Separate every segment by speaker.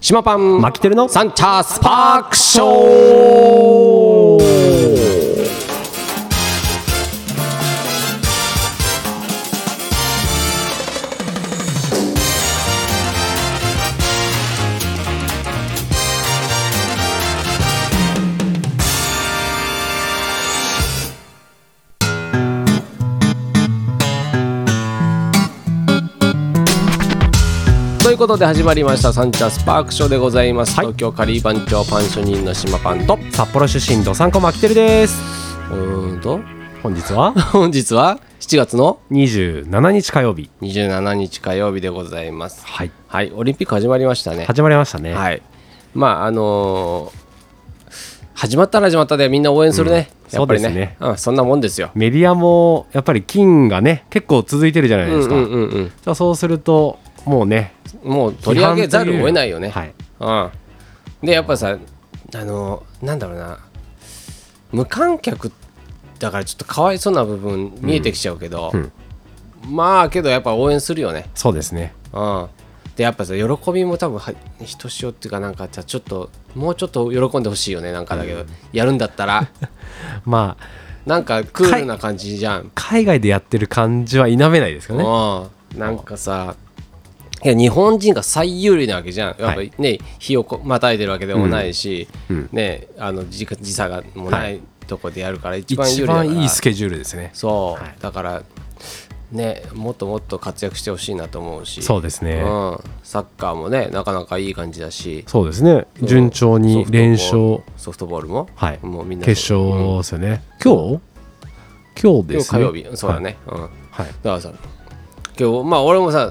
Speaker 1: 島パン
Speaker 2: マキテルの
Speaker 1: サンチャースパークショーということで始まりましたサンチャースパークショーでございます、
Speaker 2: はい
Speaker 1: 東京カリー番長パン主任の島パンとう
Speaker 2: 札幌出身ドサンコマキテルです
Speaker 1: ーんと
Speaker 2: 本 日は
Speaker 1: 本日は7月の
Speaker 2: 27日火曜日
Speaker 1: 27日火曜日でございます
Speaker 2: はい
Speaker 1: はいオリンピック始まりましたね
Speaker 2: 始まりましたね、
Speaker 1: はいまああのー始まったら始まったでみんな応援するね、
Speaker 2: うん
Speaker 1: やっぱりね
Speaker 2: そうですね
Speaker 1: うん、そんなもんですよ
Speaker 2: メディアもやっぱり金がね結構続いてるじゃな
Speaker 1: う
Speaker 2: い
Speaker 1: ん
Speaker 2: ですか、
Speaker 1: うんうん
Speaker 2: じゃあそうするともうね
Speaker 1: うんもう取り上げざるを得ないよね
Speaker 2: はい、
Speaker 1: うん、でやっぱさあのなんだろうな無観客だからちょっとかわいそうな部分見えてきちゃうけど、
Speaker 2: うん
Speaker 1: まあけどやっぱ応援するよね、
Speaker 2: そうですね
Speaker 1: うん、でやっぱさ喜びも多分はひとしおっていうかなんかさちょっともうちょっと喜んでほしいよねなんかだけど、やるんだったら
Speaker 2: まあ
Speaker 1: なんかクールな感じじゃん、
Speaker 2: 海外でやってる感じは否めないですよね
Speaker 1: うん、なんかさいや日本人が最有利なわけじゃんやっぱ
Speaker 2: は
Speaker 1: ね、
Speaker 2: い
Speaker 1: 日をこまたいでるわけでもないし、
Speaker 2: うん
Speaker 1: ね、あの時間時差がもう
Speaker 2: は
Speaker 1: ないとこでやるから一
Speaker 2: 一
Speaker 1: 番有利だから
Speaker 2: 番いいスケジュールですね
Speaker 1: そう、
Speaker 2: はい
Speaker 1: だから、ね、もっともっと活躍してほしいなと思うし
Speaker 2: そうですね、
Speaker 1: うん、サッカーもねなかなかいい感じだし
Speaker 2: そうですね順調に連
Speaker 1: ソフトボー
Speaker 2: 勝
Speaker 1: ルソフトボールも,、
Speaker 2: はい
Speaker 1: もうみんな
Speaker 2: 決勝ですよね、今日今日
Speaker 1: 今
Speaker 2: で
Speaker 1: 日
Speaker 2: すね
Speaker 1: 火曜日そうだね、うん、
Speaker 2: はい、はい
Speaker 1: だからさ今日まあ俺もさ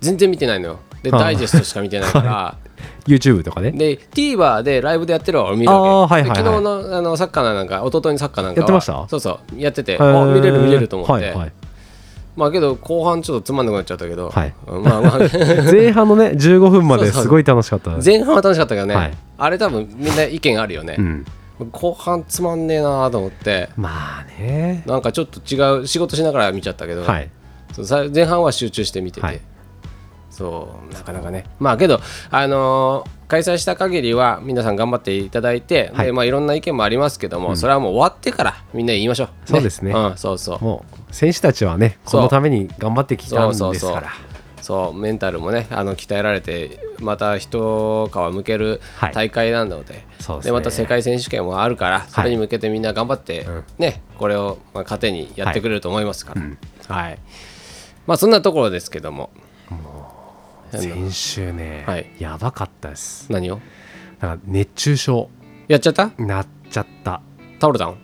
Speaker 1: 全然見てないのよで
Speaker 2: あー
Speaker 1: ダイジェストしか見てない から、
Speaker 2: YouTube とかね
Speaker 1: で TVer でライブでやってるのを見るわけ、
Speaker 2: あーはいはいはい
Speaker 1: で昨日のあのサッカーなんか一昨日のサッカーなんかは
Speaker 2: やってました
Speaker 1: そうそうやってて、
Speaker 2: へ
Speaker 1: あ
Speaker 2: ー
Speaker 1: 見れる見れると思って、
Speaker 2: はいはい
Speaker 1: まあけど後半ちょっとつまんなくなっちゃったけど、
Speaker 2: はい
Speaker 1: うんまあ まあ
Speaker 2: 前半 のね15分まですごい楽しかった
Speaker 1: 前半は楽しかったけどね、
Speaker 2: はい
Speaker 1: あれ多分みんな意見あるよね
Speaker 2: う、ん、
Speaker 1: 後半つまんねえなと思って
Speaker 2: まあね
Speaker 1: なんかちょっと違う仕事しながら見ちゃったけど、
Speaker 2: はい
Speaker 1: そうさ前半は集中して見てて、
Speaker 2: はい
Speaker 1: そうなかなかねまあけど、あのー開催した限りは皆さん頑張っていただいて、
Speaker 2: はい
Speaker 1: いでまあ、いろんな意見もありますけども、それはもう終わってからみんな言いましょう、
Speaker 2: そうですね
Speaker 1: うん、そうそう
Speaker 2: もう選手たちはね
Speaker 1: そう
Speaker 2: このために頑張ってきたんです
Speaker 1: そ
Speaker 2: か
Speaker 1: うそ
Speaker 2: ら
Speaker 1: うそうそうメンタルもねあの鍛えられてまた一皮向ける
Speaker 2: はい
Speaker 1: 大会なので,、
Speaker 2: そうですね
Speaker 1: でまた世界選手権もあるからそれに向けてみんな頑張って、
Speaker 2: うん
Speaker 1: ねこれをまあ糧にやってくれると思いますから、はいまあそんなところですけども
Speaker 2: 先週ね、
Speaker 1: はい
Speaker 2: やばかったです
Speaker 1: 何を
Speaker 2: なんか熱中症
Speaker 1: やっちゃった
Speaker 2: になっちゃった
Speaker 1: 倒れたん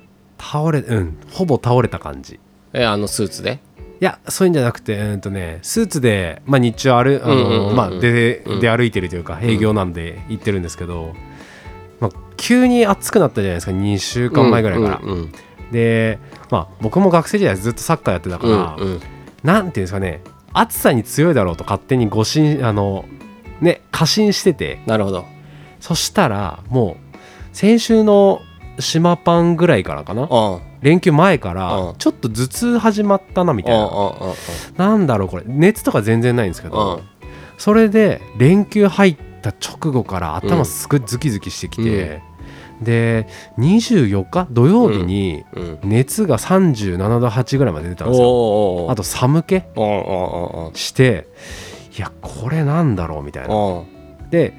Speaker 2: 倒れうんほぼ倒れた感じ
Speaker 1: えあのスーツで
Speaker 2: いやそういうんじゃなくて、うんとね、スーツで、まあ、日中あるあの、
Speaker 1: うんうんうん
Speaker 2: まあ、出出歩いてるというか営業なんで行ってるんですけど、まあ、急に暑くなったじゃないですか2週間前ぐらいから。
Speaker 1: うんうん
Speaker 2: で、まあ、僕も学生時代ずっとサッカーやってたか
Speaker 1: うん
Speaker 2: ら、
Speaker 1: うんうん
Speaker 2: なんていうんですかね暑さに強いだろうと勝手に誤信あの、ね、過信してて
Speaker 1: なるほど
Speaker 2: そしたらもう先週の島パンぐらいからかな
Speaker 1: うん
Speaker 2: 連休前から、
Speaker 1: うん
Speaker 2: ちょっと頭痛始まったなみたいな。
Speaker 1: うんうんうん
Speaker 2: なんだろうこれ熱とか全然ないんですけど、
Speaker 1: うん
Speaker 2: それで連休入った直後から
Speaker 1: う
Speaker 2: 頭
Speaker 1: ん
Speaker 2: すごいズキズキしてきて、で24日土曜日に
Speaker 1: うんうん
Speaker 2: 熱が37度8ぐらいまで出たん
Speaker 1: お
Speaker 2: ですよ、
Speaker 1: おお
Speaker 2: あと寒気
Speaker 1: おお
Speaker 2: していやこれなんだろうみたい
Speaker 1: お
Speaker 2: な
Speaker 1: おお
Speaker 2: で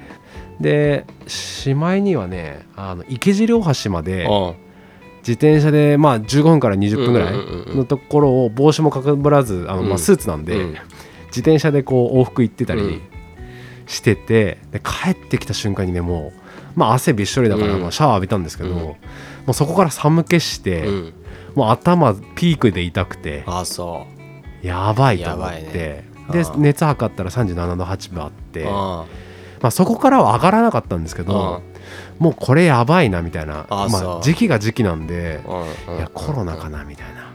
Speaker 2: でしまいにはねあの池尻大橋まで
Speaker 1: お
Speaker 2: 自転車でまあ15分から20分ぐらい
Speaker 1: うんうんうんうん
Speaker 2: のところを帽子もかぶらずあのま
Speaker 1: う
Speaker 2: あ
Speaker 1: ん
Speaker 2: スーツなんで、
Speaker 1: うん
Speaker 2: 自転車でこう往復行ってた
Speaker 1: う
Speaker 2: り
Speaker 1: ん
Speaker 2: してて、で帰ってきた瞬間にねもう、まあ、汗びっしょりだから
Speaker 1: うん
Speaker 2: まあシャワー浴びたんですけど、
Speaker 1: うん
Speaker 2: もうそこから寒気して、
Speaker 1: うん
Speaker 2: もう頭ピークで痛くて
Speaker 1: あそう
Speaker 2: やばいと思って、
Speaker 1: やばいね
Speaker 2: で
Speaker 1: ああ
Speaker 2: 熱測ったら37度8分あって
Speaker 1: あ
Speaker 2: まあ、そこからは上がらなかったんですけど、もうこれやばいなみたいな
Speaker 1: ああ
Speaker 2: ま
Speaker 1: そ
Speaker 2: あ、
Speaker 1: う
Speaker 2: 時期が時期なんで、
Speaker 1: あ
Speaker 2: いやコロナかなみたいな。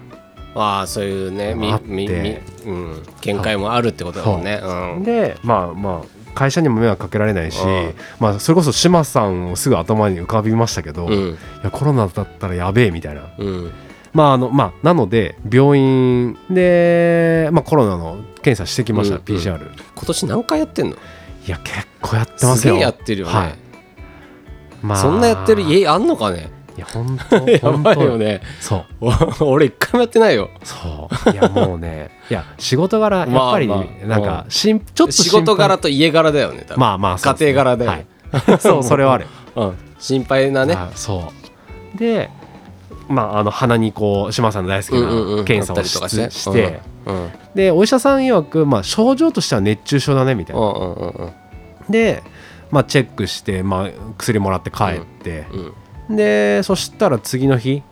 Speaker 1: ああそういうねみ
Speaker 2: あって
Speaker 1: みみうん見解もあるってことだもんねうん
Speaker 2: でまあまあ会社にも迷惑かけられないし、
Speaker 1: うん
Speaker 2: まあ、それこそ島さんをすぐ頭に浮かびましたけど、
Speaker 1: う
Speaker 2: い
Speaker 1: ん
Speaker 2: やコロナだったらやべえみたいな、
Speaker 1: うん
Speaker 2: まああのまあ、なので病院で、まあ、コロナの検査してきました、
Speaker 1: うん
Speaker 2: PCR
Speaker 1: 今年何回やってんの
Speaker 2: いいや結構やってます
Speaker 1: す
Speaker 2: よ
Speaker 1: げえやってるよね、
Speaker 2: はいまあ、
Speaker 1: そんなやってる家あんのかね
Speaker 2: いや本当
Speaker 1: やばいよ
Speaker 2: ね
Speaker 1: ね
Speaker 2: そう
Speaker 1: お俺一回もやってないよ
Speaker 2: そういやもうねいや仕事柄やっぱり
Speaker 1: まあまあ
Speaker 2: なんかしん、ちょっと
Speaker 1: 仕
Speaker 2: 心配
Speaker 1: 事柄と家柄だよね多分
Speaker 2: まあまあそうですね
Speaker 1: 家庭柄だよね
Speaker 2: はい そうそれはある
Speaker 1: うん、心配なね
Speaker 2: あそうでまああの鼻にこう島さんの大好き
Speaker 1: うんうんう
Speaker 2: なん検査
Speaker 1: や
Speaker 2: を
Speaker 1: ったり
Speaker 2: し,、
Speaker 1: とか
Speaker 2: て
Speaker 1: うんうん
Speaker 2: でお医者さん曰くまあ症状としては熱中症だねみたいな
Speaker 1: うんうんうん
Speaker 2: でまあチェックしてまあ薬もらって帰って、
Speaker 1: うん
Speaker 2: でそしたら次の日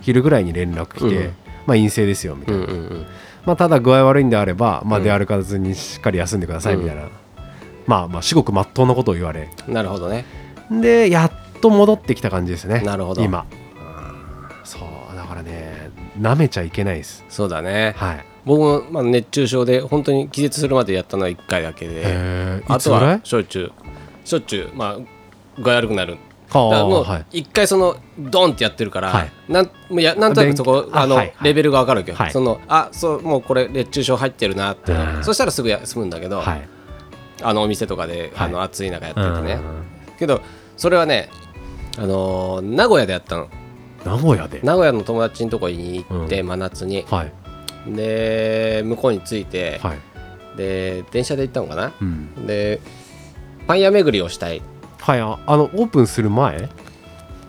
Speaker 2: 昼ぐらいに連絡来て、
Speaker 1: うん
Speaker 2: まあ陰性ですよみたいな
Speaker 1: う、んうんうん
Speaker 2: まあ、ただ具合悪いんであれば、まあ、
Speaker 1: うん
Speaker 2: 出歩かずにしっかり休んでください
Speaker 1: うん
Speaker 2: みたいな、まあまあ至極まっとうなことを言われ
Speaker 1: なるほどね
Speaker 2: でやっと戻ってきた感じですね
Speaker 1: なるほど
Speaker 2: 今そうだからねなめちゃいけないです
Speaker 1: そうだね
Speaker 2: はい
Speaker 1: 僕も、まあ、熱中症で本当に気絶するまでやったのは1回だけで
Speaker 2: えー
Speaker 1: あ
Speaker 2: いつ
Speaker 1: と
Speaker 2: ぐら
Speaker 1: はいしょっちゅうしょっちゅうまあ具合悪くなる
Speaker 2: あ
Speaker 1: だからもう
Speaker 2: はい
Speaker 1: 一回そのドンってやってるから、
Speaker 2: はい
Speaker 1: なんもうやなんとなくそこ
Speaker 2: 勉強あ
Speaker 1: あの、
Speaker 2: はいはい
Speaker 1: レベルが分かるわけど、
Speaker 2: はい
Speaker 1: そのあそうもうこれ熱中症入ってるなってなる、
Speaker 2: うん
Speaker 1: そしたらすぐや済むんだけど、
Speaker 2: はい
Speaker 1: あのお店とかで、
Speaker 2: は
Speaker 1: あ
Speaker 2: い
Speaker 1: の暑い中やって
Speaker 2: う
Speaker 1: て
Speaker 2: ん
Speaker 1: ね、けどそれはねあのー名古屋でやったの
Speaker 2: 名古屋で
Speaker 1: 名古屋の友達のとこに行って、
Speaker 2: う
Speaker 1: 真夏に
Speaker 2: はい
Speaker 1: で向こうに着いて、
Speaker 2: はい
Speaker 1: で電車で行ったのかな
Speaker 2: うん
Speaker 1: でパン屋巡りをしたい
Speaker 2: はいああのオープンする前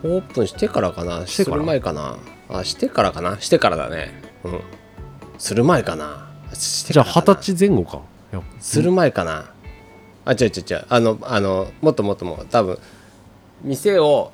Speaker 1: オープンしてからかな
Speaker 2: して
Speaker 1: す
Speaker 2: から
Speaker 1: る前かなあしてからかなしてからだねうんする前かなして
Speaker 2: じゃ
Speaker 1: か
Speaker 2: あ
Speaker 1: らか
Speaker 2: 二
Speaker 1: な
Speaker 2: 十歳前後かいや
Speaker 1: する前かなあ違う違う違うあのあのもっともっとも多分店を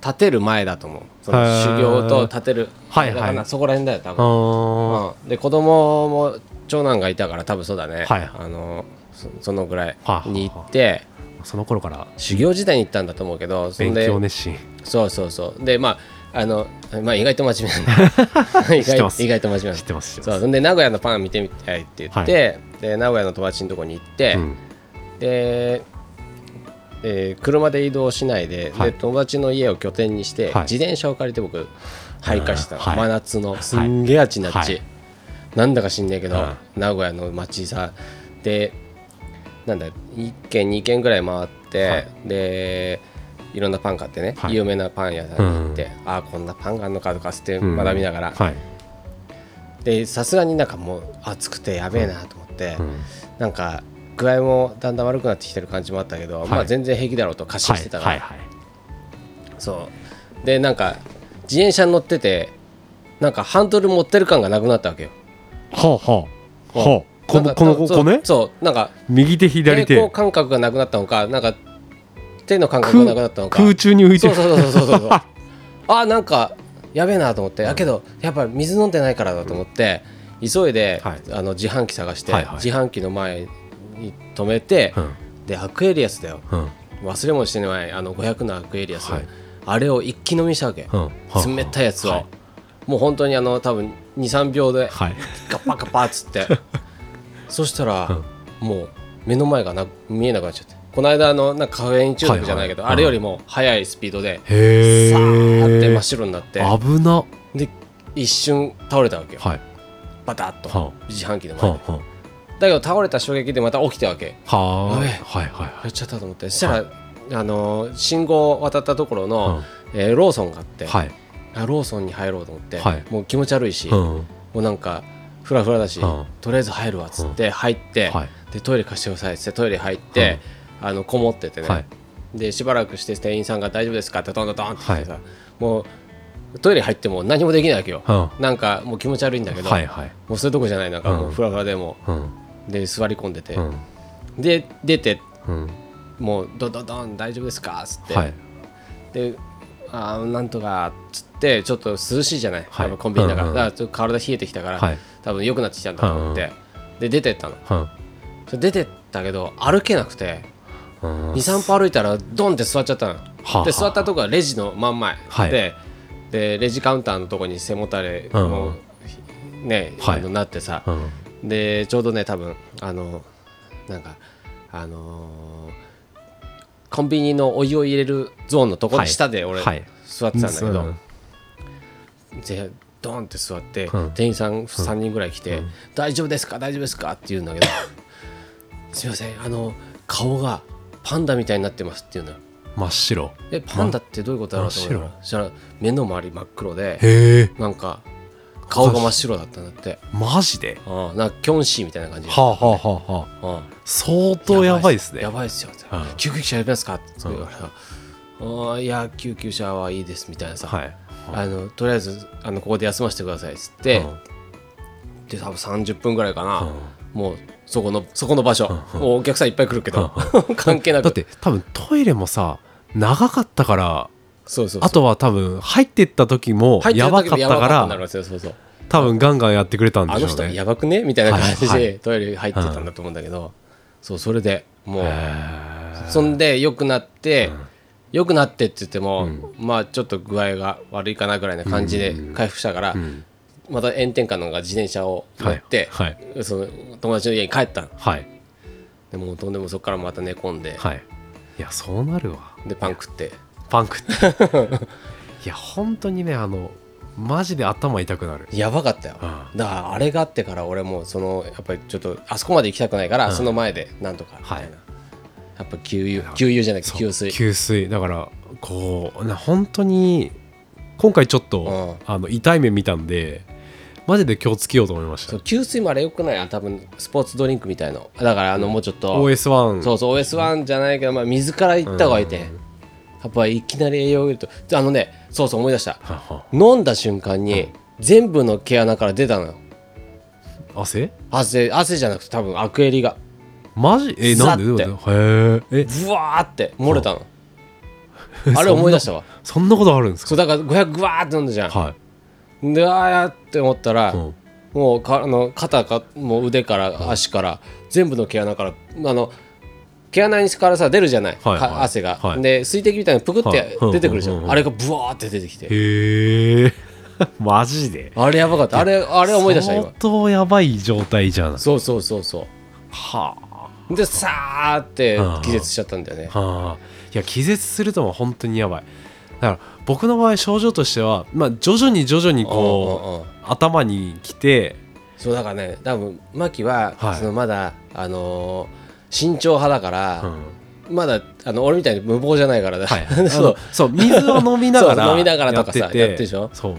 Speaker 1: 建てる前だと思うその
Speaker 2: へー
Speaker 1: 修行と建てる
Speaker 2: はいはい
Speaker 1: だからそこら辺だよ多
Speaker 2: あ
Speaker 1: 分
Speaker 2: ー
Speaker 1: うん、で子供も長男がいたから多分そうだね、
Speaker 2: はい
Speaker 1: あのそそのぐらい
Speaker 2: はあ
Speaker 1: に行って
Speaker 2: その頃から
Speaker 1: 修行時代に行ったんだと思うけどそん
Speaker 2: 勉
Speaker 1: で
Speaker 2: 強熱心
Speaker 1: そうそうそうでまああの、まあ、意外と真面目なんで意
Speaker 2: 知ってます
Speaker 1: 外意外と真面目なん
Speaker 2: 知
Speaker 1: で
Speaker 2: ってます知って
Speaker 1: そ
Speaker 2: ま
Speaker 1: う
Speaker 2: す
Speaker 1: そんで名古屋のパン見てみたいって言って、で名古屋の友達のとこに行って、
Speaker 2: うん
Speaker 1: で、えー車で移動しないで,、
Speaker 2: はい
Speaker 1: で友達の家を拠点にして、
Speaker 2: はい
Speaker 1: 自転車を借りて僕徘徊してたの、
Speaker 2: はい
Speaker 1: 真夏のすんげえあちなっち、
Speaker 2: はい
Speaker 1: なんだか知んねえけど、
Speaker 2: は
Speaker 1: 名古屋の街さでなんだ1軒2軒ぐらい回って、、
Speaker 2: はい
Speaker 1: でいろんなパン買ってね、
Speaker 2: はい
Speaker 1: 有名なパン屋さんに行って、ああこんなパンがあるのかとかつって学びながら、
Speaker 2: はい
Speaker 1: でさすがになんかもう暑くてやべえなと思って、
Speaker 2: うん
Speaker 1: なんか具合もだんだん悪くなってきてる感じもあったけど、
Speaker 2: はい
Speaker 1: まあ全然平気だろうと過信してたから、
Speaker 2: はいはいはい
Speaker 1: そうでなんか自転車に乗っててなんかハンドル持ってる感がなくなったわけよ
Speaker 2: はあは
Speaker 1: う
Speaker 2: あ
Speaker 1: ん
Speaker 2: はあこ
Speaker 1: な
Speaker 2: の
Speaker 1: んか
Speaker 2: この
Speaker 1: そう
Speaker 2: ここね
Speaker 1: そうなんか
Speaker 2: 右手左
Speaker 1: 抵抗
Speaker 2: 手
Speaker 1: 感覚がなくなったのかなんか手の感覚がなくな
Speaker 2: 空
Speaker 1: ったのか
Speaker 2: 空中に浮い
Speaker 1: そ
Speaker 2: て
Speaker 1: う
Speaker 2: る
Speaker 1: そうそうそうそうそうあなんかやべえなと思ってだけどやっぱり水飲んでないからだと思って急いで、
Speaker 2: はい
Speaker 1: あの自販機探して、
Speaker 2: はいはい
Speaker 1: 自販機の前に止めて、
Speaker 2: うん
Speaker 1: でアクエリアスだよ
Speaker 2: うん
Speaker 1: 忘れもしてないあの500のアクエリアス、
Speaker 2: はい
Speaker 1: あれを一気飲みしたわけ、
Speaker 2: うんはい
Speaker 1: 冷たいやつを、
Speaker 2: はい
Speaker 1: もう本当にあの多分23秒で
Speaker 2: はい
Speaker 1: ガパガパっつって そしたら、もう目の前がな見えなくなっちゃってこの間あのなんかカフェイン中毒じゃないけど、
Speaker 2: はいはい
Speaker 1: あれよりも速いスピードで、
Speaker 2: へえ
Speaker 1: さーって真っ白になって
Speaker 2: 危な
Speaker 1: で一瞬倒れたわけよ
Speaker 2: はい
Speaker 1: バタッ
Speaker 2: は
Speaker 1: と自販機の
Speaker 2: は
Speaker 1: 前で
Speaker 2: あはあ
Speaker 1: だけど倒れた衝撃でまた起きたわけ
Speaker 2: はあ
Speaker 1: やべえ
Speaker 2: はいは
Speaker 1: やっちゃったと思ってそしたら、あのー信号を渡ったところの、えーローソンがあって、
Speaker 2: いはい
Speaker 1: あローソンに入ろうと思って、
Speaker 2: はい
Speaker 1: もう気持ち悪いし、
Speaker 2: う
Speaker 1: も
Speaker 2: ん
Speaker 1: うなんかフラフラだし、
Speaker 2: うん
Speaker 1: とりあえず入るわっつって入って、
Speaker 2: はい
Speaker 1: でトイレ貸してくださいっつってトイレ入って、あのこもっててね、
Speaker 2: はい
Speaker 1: でしばらくして店員さんが大丈夫ですかってドンドンドンって言ってさ、もうトイレ入っても何もできないわけよ、
Speaker 2: うん
Speaker 1: なんかもう気持ち悪いんだけど、
Speaker 2: はいはい
Speaker 1: もうそういうとこじゃないなんかもうフラフラでも
Speaker 2: うん
Speaker 1: うで座り込んでて、
Speaker 2: うん
Speaker 1: で出て
Speaker 2: うん
Speaker 1: もうドンドンドン大丈夫ですかっつって、
Speaker 2: はい
Speaker 1: であーなんとかっつってちょっと涼しいじゃない、
Speaker 2: はい
Speaker 1: 多分コンビニだから,、
Speaker 2: うんうん
Speaker 1: だからちょっと体冷えてきたから、
Speaker 2: はい
Speaker 1: 多分良くなってきたんだと思って、で出てったの
Speaker 2: うん
Speaker 1: それ出てったけど歩けなくて
Speaker 2: うん
Speaker 1: 23歩歩いたらドンって座っちゃったの、
Speaker 2: あはあ
Speaker 1: で座ったとこはレジの真ん前、
Speaker 2: はい
Speaker 1: ででレジカウンターのとこに背もたれ
Speaker 2: うんうん
Speaker 1: の、ね、
Speaker 2: はい
Speaker 1: あのなってさ、
Speaker 2: うん
Speaker 1: でちょうどね多分あのなんかあのーコンビニのお湯を入れるゾーンのとこ
Speaker 2: は
Speaker 1: ろ
Speaker 2: い
Speaker 1: 下で俺、
Speaker 2: はい
Speaker 1: 座ってたんだけど、
Speaker 2: うん
Speaker 1: でドーンって座って、
Speaker 2: うん
Speaker 1: 店員さん3人ぐらい来て「大丈夫ですか大丈夫ですか?」って言うんだけど「すいませんあの顔がパンダみたいになってますっていうのよ
Speaker 2: 真っ白
Speaker 1: えパンダってどういうことだろうと思いながら
Speaker 2: 真
Speaker 1: そしたら目の周り真っ黒で
Speaker 2: へえ
Speaker 1: なんか顔が真っ白だったんだって
Speaker 2: マジで
Speaker 1: ああなんかキョンシーみたいな感じ
Speaker 2: はあはあはあはあ
Speaker 1: あ
Speaker 2: 相当やばいですね
Speaker 1: やばいですよって
Speaker 2: うん
Speaker 1: 救急車呼びますかって言われたらああいや救急車はいいですみたいなさ、
Speaker 2: はい
Speaker 1: あのとりあえずあのここで休ませてくださいっつって、
Speaker 2: うん
Speaker 1: で多分30分ぐらいかな、
Speaker 2: うん
Speaker 1: もうそこのそこの場所、もうお客さんいっぱい来るけど、 関係なく
Speaker 2: だって多分トイレもさ長かったから
Speaker 1: そうそうそう
Speaker 2: あとは多分入ってった時も
Speaker 1: 入って
Speaker 2: や
Speaker 1: るだ
Speaker 2: ば
Speaker 1: け
Speaker 2: かっ
Speaker 1: で
Speaker 2: た
Speaker 1: やばかった
Speaker 2: か
Speaker 1: んだろう
Speaker 2: ら
Speaker 1: ねそうそうそう
Speaker 2: 多分ガンガンやってくれたんで
Speaker 1: あ
Speaker 2: し
Speaker 1: の
Speaker 2: ょう
Speaker 1: 人
Speaker 2: ね
Speaker 1: やばくねみたいな感じで、
Speaker 2: はいはい
Speaker 1: トイレ入ってたんだと思うんだけど、そうそれでもう、
Speaker 2: へ
Speaker 1: そんで良くなって、良くなってって言っても、まあちょっと具合が悪いかなぐらいな感じで回復したから、また炎天下のが自転車を乗って、
Speaker 2: はい
Speaker 1: その友達の家に帰ったの
Speaker 2: ーはい
Speaker 1: でもうとんでもそこからまた寝込んで、
Speaker 2: はいいやそうなるわ
Speaker 1: でパン食って
Speaker 2: パンクって いや本当にねあのマジで頭痛くなる
Speaker 1: やばかったよ、
Speaker 2: う
Speaker 1: だからあれがあってから俺もそのやっぱりちょっとあそこまで行きたくないから、その前でなんとかみたいな、
Speaker 2: はい
Speaker 1: やっぱ給油給油じゃなくて給水
Speaker 2: 給水だからこうな本当に今回ちょっと、あの痛い目見たんでマジで気をつけようと思いまし
Speaker 1: そ
Speaker 2: た
Speaker 1: う給水もあれよくないあ多分スポーツドリンクみたいのだからあのもうちょっと
Speaker 2: OS1
Speaker 1: そうそう OS1 じゃないけど、まあ、水から行った方がいいってやっぱりいきなり栄養を入れるとあのねそうそう思い出した
Speaker 2: はは
Speaker 1: 飲んだ瞬間に全部の毛穴から出たのよ
Speaker 2: 汗
Speaker 1: 汗汗じゃなくて多分アクエリが
Speaker 2: マジえなんでどういうことへええ
Speaker 1: ブワーって漏れたのあれ思い出したわ
Speaker 2: そんなことあるんですか
Speaker 1: そうだから500グワーって飲んだじゃん
Speaker 2: は
Speaker 1: であーやって思ったら、
Speaker 2: い、うん
Speaker 1: もうかあの肩かもう腕から足から全部の毛穴からあの毛穴にからさ出るじゃない、
Speaker 2: はいはい
Speaker 1: か汗が、
Speaker 2: はい
Speaker 1: で水滴みたいなのぷくって
Speaker 2: はい
Speaker 1: 出てくるじゃん、
Speaker 2: うんうんうんうん
Speaker 1: あれがブワーって出てきて
Speaker 2: へえマジで
Speaker 1: あれやばかったあれあれ思い出した今
Speaker 2: 相当やばい状態じゃんは
Speaker 1: そうそうそうそ
Speaker 2: あ
Speaker 1: うでさーって
Speaker 2: うん
Speaker 1: 気絶しちゃったんだよね、
Speaker 2: はあいや気絶するとも本当にやばいだから僕の場合症状としては、まあ、徐々に徐々にこう
Speaker 1: うんうんうん
Speaker 2: 頭にきて
Speaker 1: そうだからね多分マキは、
Speaker 2: はい
Speaker 1: そのまだあのー慎重派だか
Speaker 2: う
Speaker 1: ら、
Speaker 2: ん
Speaker 1: まだあの俺みたいに無謀じゃないからだ、
Speaker 2: はい
Speaker 1: そ
Speaker 2: そう
Speaker 1: う
Speaker 2: そう水を飲みなが ら
Speaker 1: そう飲みながらとかさやってるでしょ
Speaker 2: そう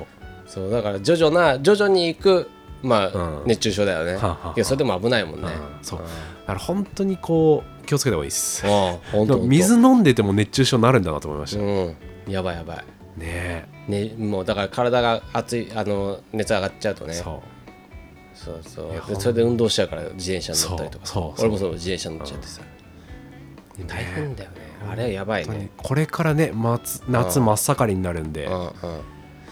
Speaker 1: そうだから徐々な徐々に行くまあ、
Speaker 2: うん
Speaker 1: 熱中症だよね、
Speaker 2: はあはあはあ
Speaker 1: いやそれでも危ないもんね、
Speaker 2: うんそうだから本当にこう気をつけた方がいいです
Speaker 1: ああ本
Speaker 2: で
Speaker 1: 当
Speaker 2: も水飲んでても熱中症になるんだなと思いまし
Speaker 1: う
Speaker 2: たね
Speaker 1: んやばいやばい
Speaker 2: え
Speaker 1: ねもうだから体が熱いあの熱上がっちゃうとねそう
Speaker 2: そ
Speaker 1: そう
Speaker 2: いや
Speaker 1: でそれで運動しちゃうから自転車乗ったりとか
Speaker 2: そうそうそう
Speaker 1: 俺もそう自転車乗っちゃってさ、大変だよねあれはやばいう
Speaker 2: 本当に
Speaker 1: ね
Speaker 2: これからね夏夏真っ盛りになるんで
Speaker 1: うんうん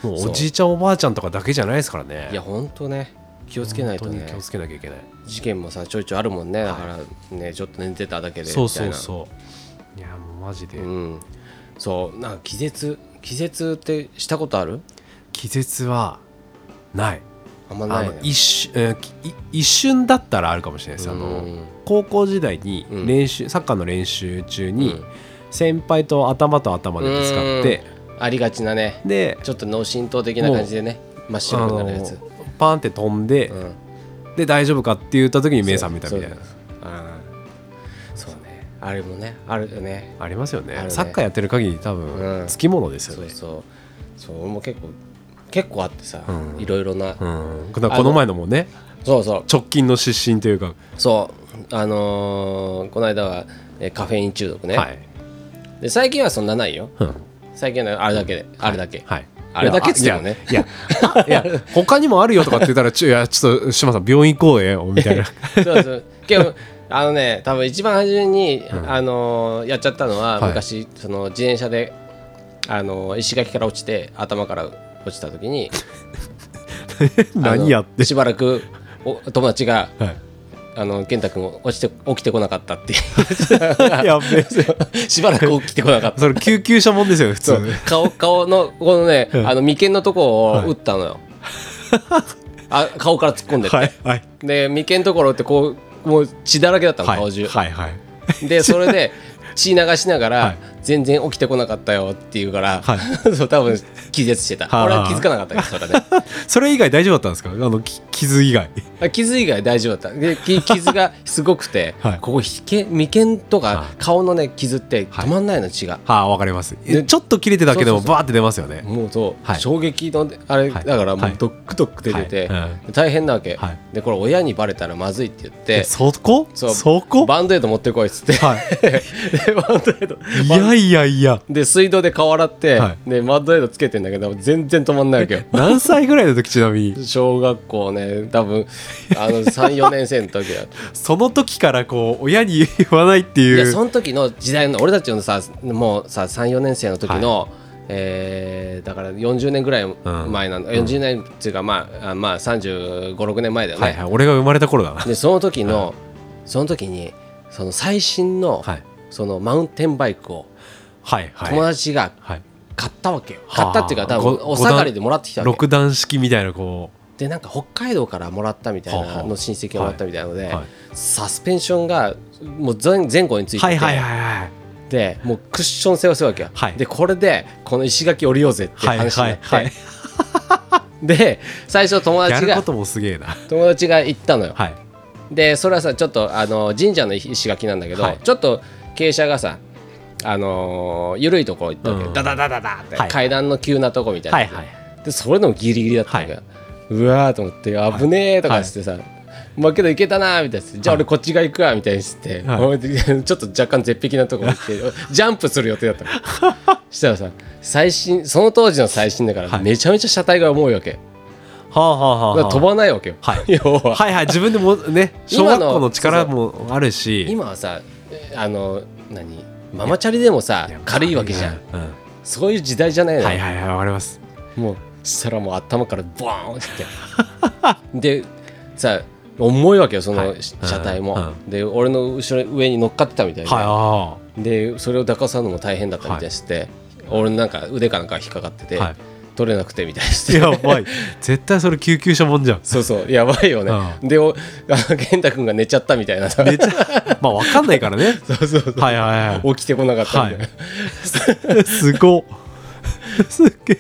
Speaker 2: もうおじいちゃんおばあちゃんとかだけじゃないですからね
Speaker 1: いや本当ね気をつけないと
Speaker 2: 本当に
Speaker 1: ね
Speaker 2: 気をつけなきゃいけない
Speaker 1: 事件もさちょいちょいあるもんねだからね、ちょっと寝てただけでみたい
Speaker 2: そ
Speaker 1: な
Speaker 2: うそうそういやもうマジで、
Speaker 1: うん、そうなんか気絶気絶ってしたことある
Speaker 2: 気絶はない
Speaker 1: あんま
Speaker 2: あ
Speaker 1: ない
Speaker 2: の
Speaker 1: な
Speaker 2: 一瞬えーきい一瞬だったらあるかもしれないですあ
Speaker 1: う
Speaker 2: の
Speaker 1: ん
Speaker 2: 高校時代に
Speaker 1: うん
Speaker 2: 練習、サッカーの練習中
Speaker 1: う
Speaker 2: に
Speaker 1: ん
Speaker 2: 先輩と頭と頭でぶつかって、
Speaker 1: ありがちなね
Speaker 2: で
Speaker 1: ちょっと脳震盪的な感じでね真っ
Speaker 2: あ
Speaker 1: 白にな
Speaker 2: の
Speaker 1: るやつ、
Speaker 2: パンって飛んで、
Speaker 1: うん、
Speaker 2: で大丈夫かって言った時に目覚めたみたいな
Speaker 1: そうそうあーそうねあれもねあるよね
Speaker 2: ありますよね
Speaker 1: あるね
Speaker 2: サッカーやってる限り多
Speaker 1: うん
Speaker 2: 分つきものですよ
Speaker 1: そう
Speaker 2: ね、
Speaker 1: そうそう俺も結構結構あってさ、
Speaker 2: うん
Speaker 1: いろいろな、
Speaker 2: うん、だからこの前のもね
Speaker 1: そうそう
Speaker 2: 直近の失神というか、
Speaker 1: そうあのーこの間はえカフェイン中毒ね、
Speaker 2: はい、
Speaker 1: で最近はそんなないよ
Speaker 2: うん
Speaker 1: 最近はあれだけで、あれだけ、
Speaker 2: はい。
Speaker 1: あれだけっつってもね
Speaker 2: いや、あいや、いや他にもあるよとかって言ったら、ちょいや、ちょっと、島さん、病院行こうえ、みたいな。
Speaker 1: そうそう。けどあのね多分一番初めに、あのーやっちゃったのは、
Speaker 2: はい
Speaker 1: 昔その自転車であのー石垣から落ちて頭から落ちた時にあの
Speaker 2: 何やって。
Speaker 1: しばらくお友達が
Speaker 2: はい
Speaker 1: あの健太君落ちて起きてこなかったって
Speaker 2: やべえ。
Speaker 1: しばらく起きてこな かった
Speaker 2: それ、救急車もんですよ、普通。
Speaker 1: 顔顔のこのねあの眉間のとこを
Speaker 2: はい
Speaker 1: 打ったのよ、あ顔から突っ込んでって、
Speaker 2: はい、はい。
Speaker 1: で眉間のところってこうもう血だらけだったの、
Speaker 2: はい
Speaker 1: 顔中、
Speaker 2: はい、はい。
Speaker 1: でそれで血流しながら、
Speaker 2: はい
Speaker 1: 全然起きてこなかったよって言うから、
Speaker 2: は
Speaker 1: そう多分気絶してた
Speaker 2: はあ
Speaker 1: 俺は気づかなかったけどそれ ね
Speaker 2: それ以外大丈夫だったんですかあのき傷以外
Speaker 1: あ傷以外大丈夫だったでき傷がすごくて、
Speaker 2: はい
Speaker 1: ここひけ眉間とか
Speaker 2: はい
Speaker 1: 顔のね傷って止まんないの血が、
Speaker 2: はあわかります
Speaker 1: で
Speaker 2: ちょっと切れてたけど
Speaker 1: そうそう
Speaker 2: もバーって出ますよね
Speaker 1: もうそう、
Speaker 2: はい
Speaker 1: 衝撃のあれ
Speaker 2: はい
Speaker 1: だからも
Speaker 2: は
Speaker 1: う
Speaker 2: い
Speaker 1: ドックドック出てて、
Speaker 2: はい
Speaker 1: 大変なわけ、
Speaker 2: はい
Speaker 1: でこれ親にバレたらまずいって言っ
Speaker 2: え
Speaker 1: て
Speaker 2: そこ
Speaker 1: そう
Speaker 2: そこ
Speaker 1: バンドエイド持ってこいっつ って、
Speaker 2: は
Speaker 1: でバンドエイド
Speaker 2: いいやいやいや
Speaker 1: で水道で顔洗って、
Speaker 2: は
Speaker 1: でマッドエイドつけてんだけど全然止まんないわけよ
Speaker 2: 何歳ぐらいの時ちなみに
Speaker 1: 小学校ね多分あの34年生の時 だ
Speaker 2: その時からこう親に 言わないって
Speaker 1: い
Speaker 2: い
Speaker 1: や
Speaker 2: う
Speaker 1: その時の時代の俺たちのさもうさ34年生の時の、えーだから40年ぐらい前なんだ、40年っていうかまああまあ3 5 6年前だよね、
Speaker 2: はいはい俺が生まれた頃だな
Speaker 1: でその時の、その時にその最新の、
Speaker 2: はい
Speaker 1: そのマウンテンバイクを
Speaker 2: はいはい
Speaker 1: 友達が
Speaker 2: はい
Speaker 1: 買ったわけよ、
Speaker 2: はあ
Speaker 1: 買ったっていうか多分
Speaker 2: ご
Speaker 1: お下がりでもらってきたわけ
Speaker 2: 六段式みたいなこ
Speaker 1: でなんか北海道からもらったみたい
Speaker 2: はあは
Speaker 1: な
Speaker 2: あ
Speaker 1: の親戚がもらったみたいなので、
Speaker 2: はいはい
Speaker 1: サスペンションがもう前前後につ
Speaker 2: う
Speaker 1: いてて、
Speaker 2: はいはいはいはい
Speaker 1: でもうクッション性を背負うわけよ、
Speaker 2: はい
Speaker 1: でこれでこの石垣降りようぜって
Speaker 2: はいはい
Speaker 1: 話に
Speaker 2: は
Speaker 1: なっ
Speaker 2: い
Speaker 1: て、
Speaker 2: はい
Speaker 1: で最初友
Speaker 2: や
Speaker 1: 達
Speaker 2: るこ
Speaker 1: が
Speaker 2: ともすげえな
Speaker 1: 友達が行ったのよ、
Speaker 2: はい
Speaker 1: でそれはさちょっとあの神社の石垣なんだけど、
Speaker 2: はい
Speaker 1: ちょっと傾斜がさあのー緩いところ行ったわけよ、
Speaker 2: うん
Speaker 1: ダダダダダって、
Speaker 2: はい
Speaker 1: 階段の急なとこみたいな、
Speaker 2: はいはい
Speaker 1: でそれでもギリギリだったんだよ、うわーと思って危ねえとかしてさ、まあけどいけたなーみたいなじゃあ俺こっちが行くわみたいにして、
Speaker 2: はい
Speaker 1: おいちょっと若干絶壁なとこ行って ジャンプする予定だったのしたらさ最新その当時の最新だから
Speaker 2: はい
Speaker 1: めちゃめちゃ車体が重いわけ、
Speaker 2: はあはあは
Speaker 1: だか
Speaker 2: あは
Speaker 1: ら
Speaker 2: あ
Speaker 1: 飛ばないわけよ、
Speaker 2: はい
Speaker 1: 要は、
Speaker 2: はいはい自分でもね小
Speaker 1: 今の
Speaker 2: 学校の力もあるし
Speaker 1: 今はさえあの何ママチャリでもさ軽いわけじゃん
Speaker 2: う
Speaker 1: そういう時代じゃないのよ、
Speaker 2: はいはいはいわかります
Speaker 1: もうそしたらもう頭からボーンってでさ重いわけよそ
Speaker 2: は
Speaker 1: の
Speaker 2: い
Speaker 1: 車体も、
Speaker 2: うん
Speaker 1: で俺の後ろ上に乗っかってたみたいで,、
Speaker 2: はいあ
Speaker 1: でそれを抱かさんのも大変だったみたいにして、俺のなんか腕かなんか引っかかってて、
Speaker 2: はい
Speaker 1: 取れなくてみたいにし
Speaker 2: あ
Speaker 1: て
Speaker 2: やばい絶対それ救急車もんじゃん
Speaker 1: そうそうやばいよね、
Speaker 2: う
Speaker 1: でお あの健太君が寝ちゃったみたいなさ
Speaker 2: めちゃまあわかんないからね
Speaker 1: そうそうそう
Speaker 2: はいはいはい
Speaker 1: 起きてこなかったみたいな、
Speaker 2: すごっすっげえ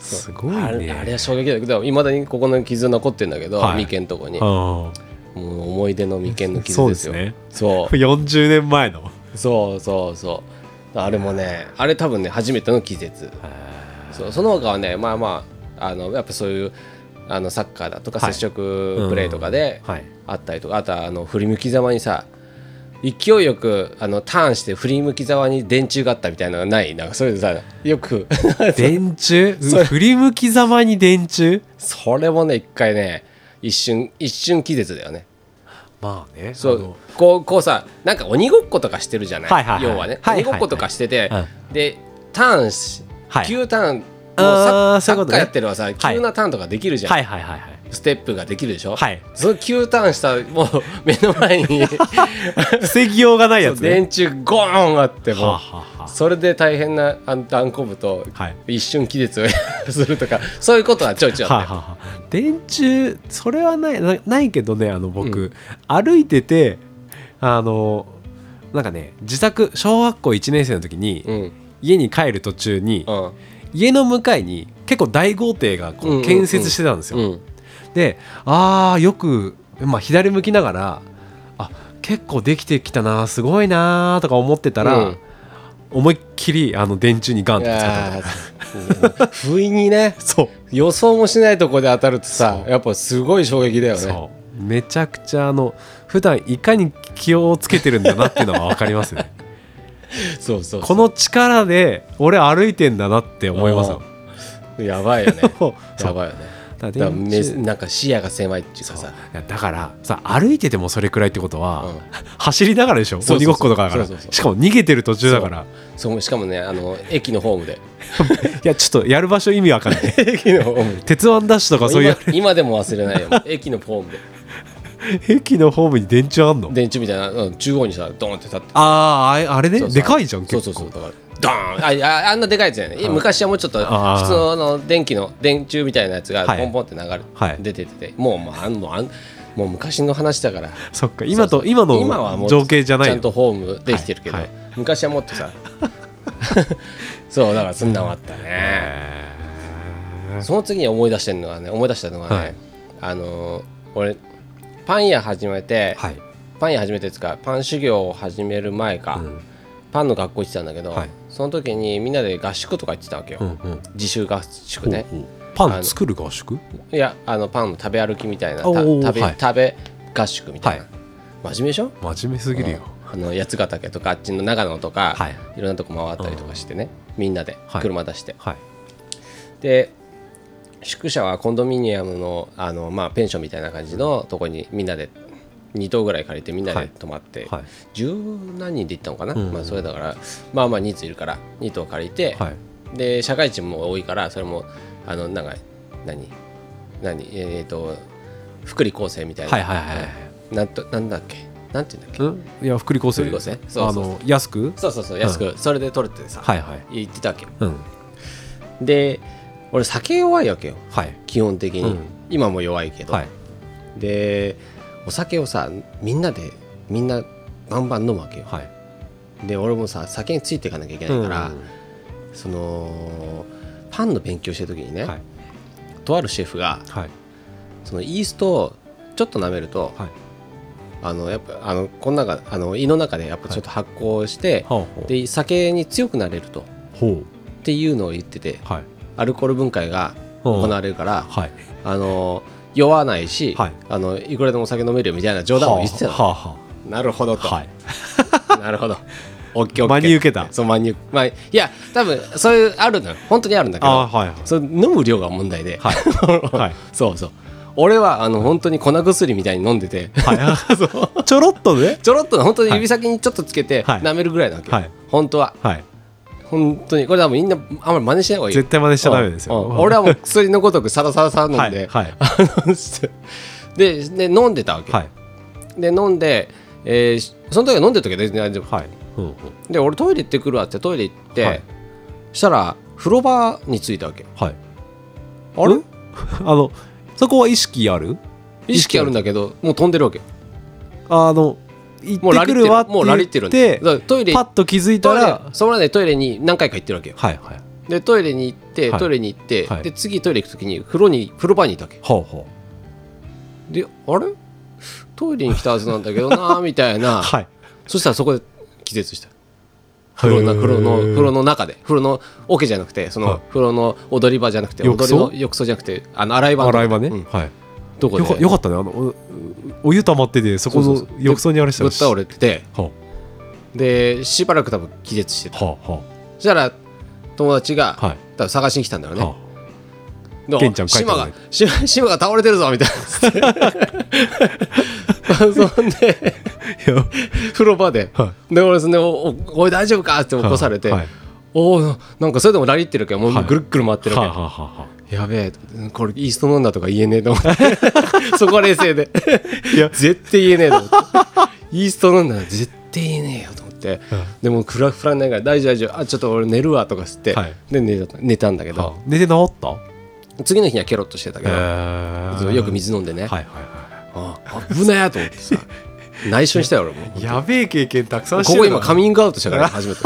Speaker 2: すごいね
Speaker 1: あれあれは衝撃だけどいまだにここの傷残ってるんだけど、
Speaker 2: はい
Speaker 1: 眉間のとこに、
Speaker 2: うん
Speaker 1: もう思い出の眉間の傷
Speaker 2: そう
Speaker 1: で
Speaker 2: ですす
Speaker 1: よ
Speaker 2: ね
Speaker 1: そう
Speaker 2: 40年前の
Speaker 1: そうそうそうあれもねあれ多分ね初めての季節そうその他はねまあまああのやっぱそういうあのサッカーだとか
Speaker 2: は
Speaker 1: 接
Speaker 2: い
Speaker 1: 触プレーとかで
Speaker 2: はい
Speaker 1: あったりとか、あとはあの振り向きざまにさ勢いよくあのターンして振り向きざまに電柱があったみたいなのがないなんかそれでさよく
Speaker 2: 電柱
Speaker 1: それ
Speaker 2: 振り向きざまに電柱
Speaker 1: それもね一回ね一瞬一瞬季節だよね
Speaker 2: まあね
Speaker 1: そ
Speaker 2: あ
Speaker 1: う
Speaker 2: の
Speaker 1: こうこうさなんか鬼ごっことかしてるじゃない,、
Speaker 2: はいはいはい
Speaker 1: 要はね、
Speaker 2: はいはいはい
Speaker 1: 鬼ごっことかしてて、
Speaker 2: うん
Speaker 1: でターンし、
Speaker 2: はい
Speaker 1: 急ターンもう
Speaker 2: あ
Speaker 1: サ
Speaker 2: ーそう
Speaker 1: サ
Speaker 2: いうこ
Speaker 1: ッ
Speaker 2: と
Speaker 1: カ
Speaker 2: ね
Speaker 1: ーやってるはさ、急なターンとかできるじゃん、
Speaker 2: はいはいはいはい
Speaker 1: ステップができるでしょ、
Speaker 2: はい
Speaker 1: その急ターンしたもう 目の前に
Speaker 2: 防ぎようがないやつね
Speaker 1: 電柱ゴーンあってもう
Speaker 2: はあはあはあ
Speaker 1: それで大変なあん断固部と
Speaker 2: はい
Speaker 1: 一瞬気絶を するとかそういうことはちょいちょいあ
Speaker 2: は
Speaker 1: っ
Speaker 2: あ
Speaker 1: たよ
Speaker 2: はあはあ電柱それはないなないけどねあの僕、歩いててあのなんかね自宅小学校1年生の時に、
Speaker 1: うん
Speaker 2: 家に帰る途中に、
Speaker 1: うん
Speaker 2: 家の向かいに結構大豪邸が
Speaker 1: う
Speaker 2: こ
Speaker 1: んうんう
Speaker 2: うん建設してたんですよ、
Speaker 1: うん
Speaker 2: であーよく、まあ、左向きながらあ結構できてきたなすごいなとか思ってたら、
Speaker 1: うん
Speaker 2: 思いっきりあの電柱にガンっ
Speaker 1: い
Speaker 2: てぶつかっ た
Speaker 1: やー不意にね
Speaker 2: そう
Speaker 1: 予想もしないとこで当たるとさ
Speaker 2: そう
Speaker 1: やっぱすごい衝撃だよね
Speaker 2: そうめちゃくちゃあの普段いかに気をつけてるんだなっていうのは分かります ね
Speaker 1: そうそう
Speaker 2: この力で俺歩いてんだなって思いますよ
Speaker 1: のやばいよね
Speaker 2: そう
Speaker 1: やばいよね
Speaker 2: だ
Speaker 1: だから
Speaker 2: から電
Speaker 1: 目
Speaker 2: 柱
Speaker 1: なんか視野が狭いっていうか
Speaker 2: そう
Speaker 1: さ
Speaker 2: いやだからさ歩いててもそれくらいってことは、
Speaker 1: うん
Speaker 2: 走りながらでしょ
Speaker 1: そうそう
Speaker 2: 鬼ごっことかだから
Speaker 1: そうそうそう
Speaker 2: しかも逃げてる途中だから
Speaker 1: そうしかもねあの駅のホームで
Speaker 2: いやちょっとやる場所意味わかんない
Speaker 1: 駅のホームで
Speaker 2: 鉄腕ダッシュとかそういう
Speaker 1: 今今でも忘れないよ駅のホームで
Speaker 2: 駅のホームに電柱あんの
Speaker 1: 電柱みたいなうん中央にさドーンって立って
Speaker 2: あーああれね
Speaker 1: そうそう
Speaker 2: でかいじゃん結
Speaker 1: そう
Speaker 2: 構
Speaker 1: そうそうだからドーンあああんなでかいやつやねえ昔はもうちょっと
Speaker 2: あー
Speaker 1: 普通のあの電気の電柱みたいなやつが
Speaker 2: はい
Speaker 1: ポンポンって流れ、
Speaker 2: はい
Speaker 1: 出ててもうもうあんもうあんもう昔の話だから
Speaker 2: そっか今と
Speaker 1: そうそう
Speaker 2: 今
Speaker 1: はも
Speaker 2: の
Speaker 1: う
Speaker 2: 情景じゃない
Speaker 1: ちゃんとホームできてるけど、
Speaker 2: はいはい
Speaker 1: 昔はもっとさそうだからそんなんはあったね、その次に思い出してるのがね思い出したのがね、
Speaker 2: はい
Speaker 1: あのー俺パン屋始めて、
Speaker 2: はい、
Speaker 1: パン屋始めてですかパン修行を始める前か、
Speaker 2: うん
Speaker 1: パンの学校行ってたんだけど、
Speaker 2: はい
Speaker 1: その時にみんなで合宿とか行ってたわけよ、
Speaker 2: うんうん
Speaker 1: 自習合宿ね、
Speaker 2: ほうほうパン作る合宿
Speaker 1: いやあのパンの食べ歩きみたいなた
Speaker 2: おー
Speaker 1: 食べ,、
Speaker 2: はい
Speaker 1: 食べ合宿みたいな、
Speaker 2: は
Speaker 1: 真面目でしょ
Speaker 2: 真面目すぎるよ、
Speaker 1: あの八ヶ岳とかあっちの長野とか、
Speaker 2: はい
Speaker 1: い、ろんなとこ回ったりとかしてねみんなで
Speaker 2: はい
Speaker 1: 車出して、
Speaker 2: はい
Speaker 1: で宿舎はコンドミニアムのあの、まあ、ペンションみたいな感じのとこにみんなで2棟ぐらい借りてみんな
Speaker 2: は
Speaker 1: で
Speaker 2: い
Speaker 1: 泊まって、
Speaker 2: はい
Speaker 1: 十何人で行ったのかな、
Speaker 2: うん
Speaker 1: まあ、それだからまあまあ人数いるから2棟借りて、
Speaker 2: はい
Speaker 1: で社会人も多いからそれもあのなんか何何えっ、と福利厚生みたいな、
Speaker 2: はいはいはいはい
Speaker 1: なんとなんだっけなんていうんだっけ
Speaker 2: うんいや福利厚生
Speaker 1: 福利厚生そう
Speaker 2: あ
Speaker 1: そうそう
Speaker 2: の安く
Speaker 1: そうそうそう安く、それで取れてさ、
Speaker 2: はいはい
Speaker 1: 言ってたわけよ
Speaker 2: うん
Speaker 1: で俺酒弱いわけよ
Speaker 2: はい
Speaker 1: 基本的に、
Speaker 2: うん
Speaker 1: 今も弱いけど、
Speaker 2: はい
Speaker 1: でお酒をさみんなでみんなバンバン飲むわけよ
Speaker 2: はい
Speaker 1: で俺もさ酒についていかなきゃいけないから、そのパンの勉強してる時にね、
Speaker 2: はい
Speaker 1: とあるシェフが
Speaker 2: はい
Speaker 1: そのイーストをちょっと舐めると、
Speaker 2: はい
Speaker 1: あのやっぱあのこの中あの胃の中でやっぱちょっと発酵して、
Speaker 2: ほうほう
Speaker 1: で酒に強くなれると
Speaker 2: ほう
Speaker 1: っていうのを言ってて
Speaker 2: はい
Speaker 1: アルコール分解が行われるから、
Speaker 2: はい
Speaker 1: あの酔わないし、
Speaker 2: はい
Speaker 1: い、あのいくらでもお酒飲めるよみたいな冗談を言ってたの、
Speaker 2: はあは
Speaker 1: なるほど
Speaker 2: あ
Speaker 1: と、
Speaker 2: はあはい
Speaker 1: なるほど。オッケーオッケー。
Speaker 2: 真に受けた
Speaker 1: そう、真に受けまあ、いや、多分、そういう、あるのよ。本当にあるんだけ
Speaker 2: あ
Speaker 1: ど、
Speaker 2: はいはい
Speaker 1: その飲む量が問題で。
Speaker 2: はいはい
Speaker 1: そうそう。俺は、あの、本当に粉薬みたいに飲んで て、
Speaker 2: はいちょろっとね
Speaker 1: ちょろっと、本当に指先にちょっとつけて、
Speaker 2: はい
Speaker 1: 舐めるぐらいなわけよ。
Speaker 2: はい
Speaker 1: 本当は。
Speaker 2: はい
Speaker 1: 本当に。これ多分みんな、あんまり真似しない方がいい。
Speaker 2: 絶対真似しちゃダメです
Speaker 1: うんう
Speaker 2: よ
Speaker 1: ん俺はもう薬のごとくサラサラサラ
Speaker 2: は
Speaker 1: 飲ん
Speaker 2: い
Speaker 1: で、
Speaker 2: はい
Speaker 1: あのしてでで飲んでたわけ、
Speaker 2: はい
Speaker 1: で飲んで、えーその時は飲んでたけど全然大丈夫
Speaker 2: はいうんうん
Speaker 1: で俺トイレ行ってくるわってトイレ行って、
Speaker 2: はい
Speaker 1: したら風呂場に着いたわけ
Speaker 2: はい
Speaker 1: あれ
Speaker 2: んあのそこは意識ある
Speaker 1: 意識あるんだけどもう飛んでるわけ
Speaker 2: あの行
Speaker 1: もう
Speaker 2: っ
Speaker 1: ラリ
Speaker 2: てく
Speaker 1: って
Speaker 2: るわ
Speaker 1: る
Speaker 2: って
Speaker 1: もうラリってる
Speaker 2: 言
Speaker 1: ん
Speaker 2: っ
Speaker 1: だよだ
Speaker 2: て
Speaker 1: からトイレ
Speaker 2: パッと気づいた
Speaker 1: トイレ
Speaker 2: ら
Speaker 1: そのまでトイレに何回か行ってるわけよ
Speaker 2: はいはい
Speaker 1: でトイレに行って
Speaker 2: はい
Speaker 1: トイレに行って、
Speaker 2: はい
Speaker 1: で次トイレ行く時に風呂に風呂場にいたわけ
Speaker 2: ほうほ
Speaker 1: であれトイレに来たはずなんだけどなみたいうな
Speaker 2: はい
Speaker 1: そしたらそこで気絶した風呂な風呂の
Speaker 2: へー
Speaker 1: 風呂の中で風呂の桶じゃなくてそ
Speaker 2: はい
Speaker 1: の風呂の踊り場じゃなくて、
Speaker 2: 浴槽
Speaker 1: 踊りの浴槽じゃなくてあの洗い場の
Speaker 2: 洗い場ね
Speaker 1: うん
Speaker 2: はい
Speaker 1: どこで
Speaker 2: よかよかったねあのおお湯溜まっててそこ
Speaker 1: そうそう
Speaker 2: の
Speaker 1: そう
Speaker 2: 浴槽にあれした
Speaker 1: ぶっ倒れてて
Speaker 2: は
Speaker 1: でしばらく多分気絶して
Speaker 2: あ
Speaker 1: た
Speaker 2: はあは
Speaker 1: そしたら友達が、
Speaker 2: あはい
Speaker 1: 多分探しに来たんだろうね、
Speaker 2: は
Speaker 1: でも
Speaker 2: ケンちゃん帰って
Speaker 1: 島
Speaker 2: こな
Speaker 1: が
Speaker 2: い
Speaker 1: 島島が倒れてるぞみた いなそんで
Speaker 2: あいや
Speaker 1: 風呂場で、
Speaker 2: は
Speaker 1: で俺そんでお「おおい大丈夫か?」って起こされて「
Speaker 2: はい
Speaker 1: おおなんかそれでもラリってるけども
Speaker 2: はいう
Speaker 1: ぐるっぐる回ってる
Speaker 2: はあ
Speaker 1: わ
Speaker 2: は
Speaker 1: け、
Speaker 2: あは
Speaker 1: やべえこれイースト飲んだとか言えねえと思って そこは冷静で
Speaker 2: あいや
Speaker 1: 絶対言えねえと思ってイースト飲んだら絶対言えねえよと思って、でもフラフラになりながら大丈夫大丈夫あちょっと俺寝るわとかして、
Speaker 2: はい
Speaker 1: で寝た寝たんだけど、
Speaker 2: はあ寝て治った
Speaker 1: 次の日にはケロッとしてたけど、
Speaker 2: え
Speaker 1: よく水飲んでね、
Speaker 2: はいはい
Speaker 1: あ
Speaker 2: は
Speaker 1: あ危ねえと思ってさ内緒にしたよ俺も
Speaker 2: いやべえ経験たくさんして
Speaker 1: こ
Speaker 2: る
Speaker 1: こ
Speaker 2: な
Speaker 1: 今カミングアウトしたから初 めて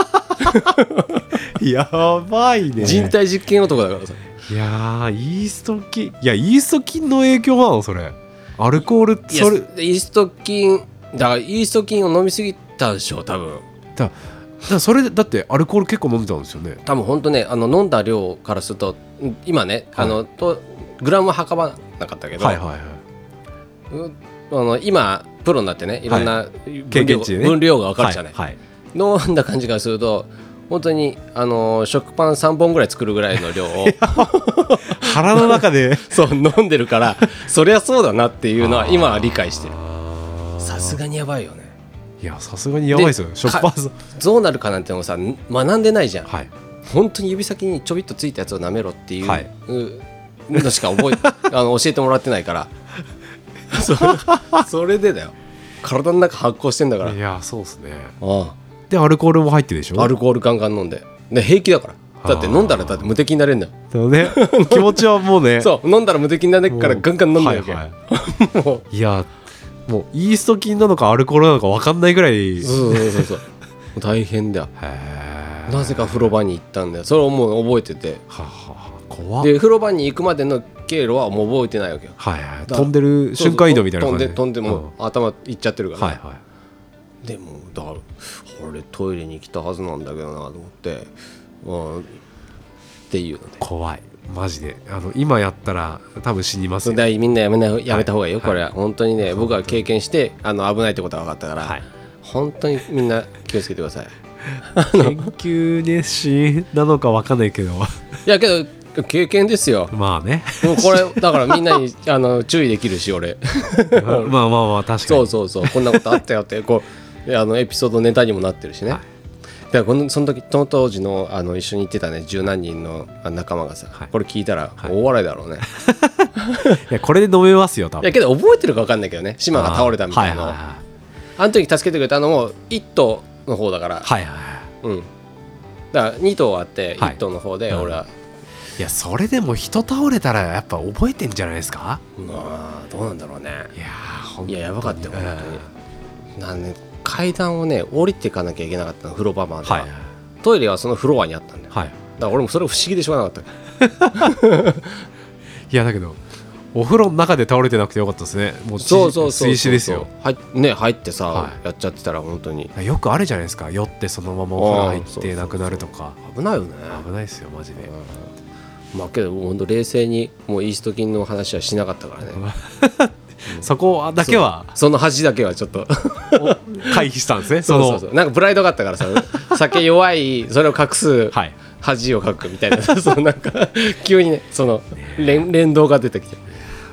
Speaker 2: やばいね
Speaker 1: 人体実験男だからさ
Speaker 2: いやーイースト菌いやイースト菌の影響なのそれアルコール
Speaker 1: いや
Speaker 2: それ
Speaker 1: イースト菌だからイースト菌を飲みすぎたでしょ多分
Speaker 2: だだそれでだってアルコール結構飲んでたんですよね
Speaker 1: 多分本当ねあの飲んだ量からするとうん今ね、
Speaker 2: はい
Speaker 1: あのとグラムは測らなかったけど、
Speaker 2: はいはいはい
Speaker 1: うんあの今プロになってねいろんな分量,、
Speaker 2: 経験値でね
Speaker 1: 分量が分かるじゃない、
Speaker 2: はい
Speaker 1: 飲んだ感じがすると本当にあの食パン3本ぐらい作るぐらいの量 を
Speaker 2: 腹の中 で
Speaker 1: そう飲んでるからそりゃそうだなっていうのは今は理解してる
Speaker 2: あー
Speaker 1: さすがにやばいよね
Speaker 2: いやさすがにやばいですよ
Speaker 1: で
Speaker 2: 食パンさん
Speaker 1: どうなるかなんてのもさ学んでないじゃん
Speaker 2: はい
Speaker 1: 本当に指先にちょびっとついたやつを舐めろっていう、
Speaker 2: はいう
Speaker 1: のしか覚え あの教えてもらってないからそそれでだよ体の中発酵してんだから
Speaker 2: いやそうですね
Speaker 1: あ
Speaker 2: でアルコールも入ってるでしょ
Speaker 1: あアルコールガンガン飲んでで平気だからだって飲んだらだって無敵になれんだよ
Speaker 2: だね 気持ちはもうね
Speaker 1: そう飲んだら無敵になれっから
Speaker 2: もう
Speaker 1: ガンガン飲んだよ、
Speaker 2: はいは
Speaker 1: もう
Speaker 2: いいやもうイー スト菌なのかアルコールなのか分かんないぐらいへ
Speaker 1: そうそうそうそうもう大変だよ
Speaker 2: えへえ
Speaker 1: なぜか風呂場に行ったんだよそれをもう覚えてて
Speaker 2: はあはあはあ怖っ
Speaker 1: で風呂場に行くまでの経路はもう覚えてないわけよ
Speaker 2: はいはい飛んでる瞬間移動みたいな
Speaker 1: 飛
Speaker 2: 感
Speaker 1: ん
Speaker 2: じ
Speaker 1: で飛んでもう、
Speaker 2: う
Speaker 1: 頭いっちゃってるか
Speaker 2: ん
Speaker 1: ら、
Speaker 2: はいは
Speaker 1: でもだから俺トイレに来たはずなんだけどなと思って、うん、っていうので
Speaker 2: い怖いマジであの今やったら多分死にます
Speaker 1: そ
Speaker 2: よ
Speaker 1: れでみんなやめないやめた方がいいよ、
Speaker 2: はい
Speaker 1: これは本当にね僕は経験してあの危ないってことが分かったから、
Speaker 2: はい
Speaker 1: 本当にみんな気をつけてください
Speaker 2: 研究熱心なのかわかんないけど
Speaker 1: いやけど経験ですよ
Speaker 2: まあ ね
Speaker 1: もうこれだからみんな にあの注意できるし俺
Speaker 2: まあまあまあ確か
Speaker 1: そう
Speaker 2: に
Speaker 1: そうそうこんなことあったよってこうあのエピソードネタにもなってるしね、だからこのその時その当時のあの一緒に行ってたね十何人のあ仲間がさ、
Speaker 2: はい
Speaker 1: これ聞いたら大笑いだろうね、
Speaker 2: いやこれで飲めますよ
Speaker 1: いや
Speaker 2: 多分
Speaker 1: けど覚えてるか分かんないけどね島が倒れたみたいなの
Speaker 2: は
Speaker 1: あ,、
Speaker 2: いはい
Speaker 1: の時助けてくれたのも1頭の方だから、
Speaker 2: はい、はいは
Speaker 1: うんだから2頭あって
Speaker 2: はい
Speaker 1: 1頭の方で俺は、
Speaker 2: い、いやそれでも人倒れたらやっぱ覚えてんじゃないですか
Speaker 1: まあどうなんだろうね
Speaker 2: いやーほん
Speaker 1: いややばかったよ
Speaker 2: うん
Speaker 1: 本当になん、ね、階段をね降りていかなきゃいけなかったの風呂場までは、
Speaker 2: はい
Speaker 1: トイレはそのフロアにあったんだよ
Speaker 2: はい
Speaker 1: だから俺もそれ不思議でしょうがなかった
Speaker 2: いやだけどお風呂の中で倒れてなくてよかったですねもう
Speaker 1: そうそうそうそう
Speaker 2: 水死ですよ
Speaker 1: はいね入ってさ、
Speaker 2: は
Speaker 1: やっちゃってたら本当に
Speaker 2: よくあるじゃないですか酔ってそのままお風呂
Speaker 1: あーそ
Speaker 2: 入っ
Speaker 1: うそうそ
Speaker 2: て
Speaker 1: う
Speaker 2: なくなるとか
Speaker 1: 危ないよね
Speaker 2: 危ないですよマジで
Speaker 1: うんまあけど本当冷静にもうイースト菌の話はしなかったからね
Speaker 2: そこだけは
Speaker 1: その恥だけはちょっと
Speaker 2: 回避したんですね そ
Speaker 1: そうそ
Speaker 2: の
Speaker 1: うそうなんかプライドがあった からさ酒弱いそれを隠す
Speaker 2: はい
Speaker 1: 恥をかくみたいな そのなんか急にねその連連動が出てきて
Speaker 2: 本